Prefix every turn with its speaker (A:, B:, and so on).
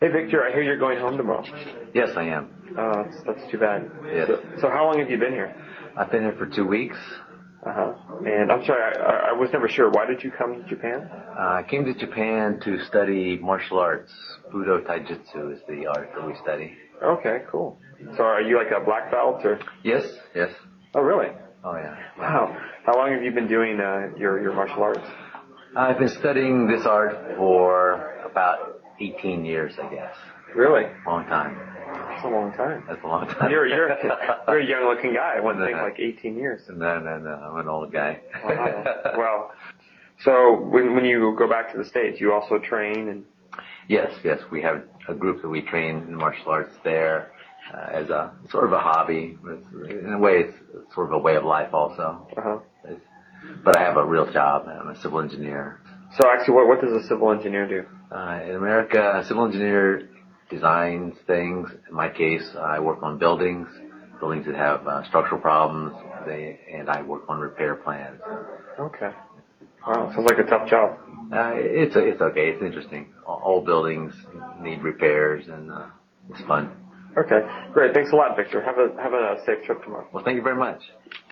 A: Hey, Victor, I hear you're going home tomorrow.
B: Yes, I am.
A: Uh, that's too bad.
B: Yes.
A: So, so how long have you been here?
B: I've been here for two weeks.
A: Uh huh. And I'm sorry, I, I- I was never sure. Why did you come to Japan?
B: Uh, I came to Japan to study martial arts. Budo Taijutsu is the art that we study.
A: Okay, cool. So are you like a black belt or?
B: Yes, yes.
A: Oh, really?
B: Oh yeah.
A: Wow. How long have you been doing uh, your your martial arts?
B: I've been studying this art for about 18 years, I guess.
A: Really?
B: Long time.
A: That's a long time.
B: That's a long time.
A: You're you're you're a young looking guy. I wouldn't think like 18 years.
B: no, no, no. I'm an old guy.
A: Wow. Well, so when when you go back to the states, you also train and
B: Yes, yes. We have a group that we train in martial arts there uh, as a sort of a hobby. It's- In a way, it's sort of a way of life also.
A: uh-huh.
B: It's- But I have a real job. I'm a civil engineer.
A: So actually, what what does a civil engineer do?
B: Uh, in America, a civil engineer designs things. In my case, I work on buildings, buildings that have uh, structural problems, they, and I work on repair plans.
A: Okay. Wow, sounds like a tough job.
B: Uh, it's it's okay. It's interesting. All, all buildings need repairs, and uh, it's fun.
A: Okay, great. Thanks a lot, Victor. Have a have a safe trip tomorrow.
B: Well, thank you very much.